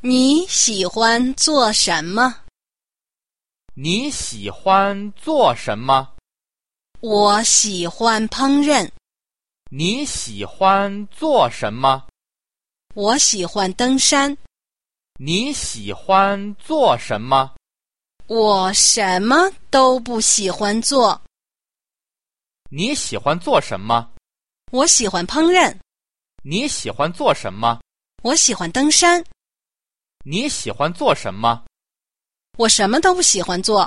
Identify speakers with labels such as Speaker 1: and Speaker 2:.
Speaker 1: 你喜欢做什么？
Speaker 2: 你喜欢做什么？
Speaker 1: 我喜欢烹饪，
Speaker 2: 你喜欢做什么？
Speaker 1: 我喜欢登山，
Speaker 2: 你喜欢做什么？
Speaker 1: 我什么都不喜欢做。
Speaker 2: 你喜欢做什么？
Speaker 1: 我喜欢烹饪，
Speaker 2: 你喜欢做什么？
Speaker 1: 我喜欢登山，
Speaker 2: 你喜欢做什么？
Speaker 1: 我什么都不喜欢做。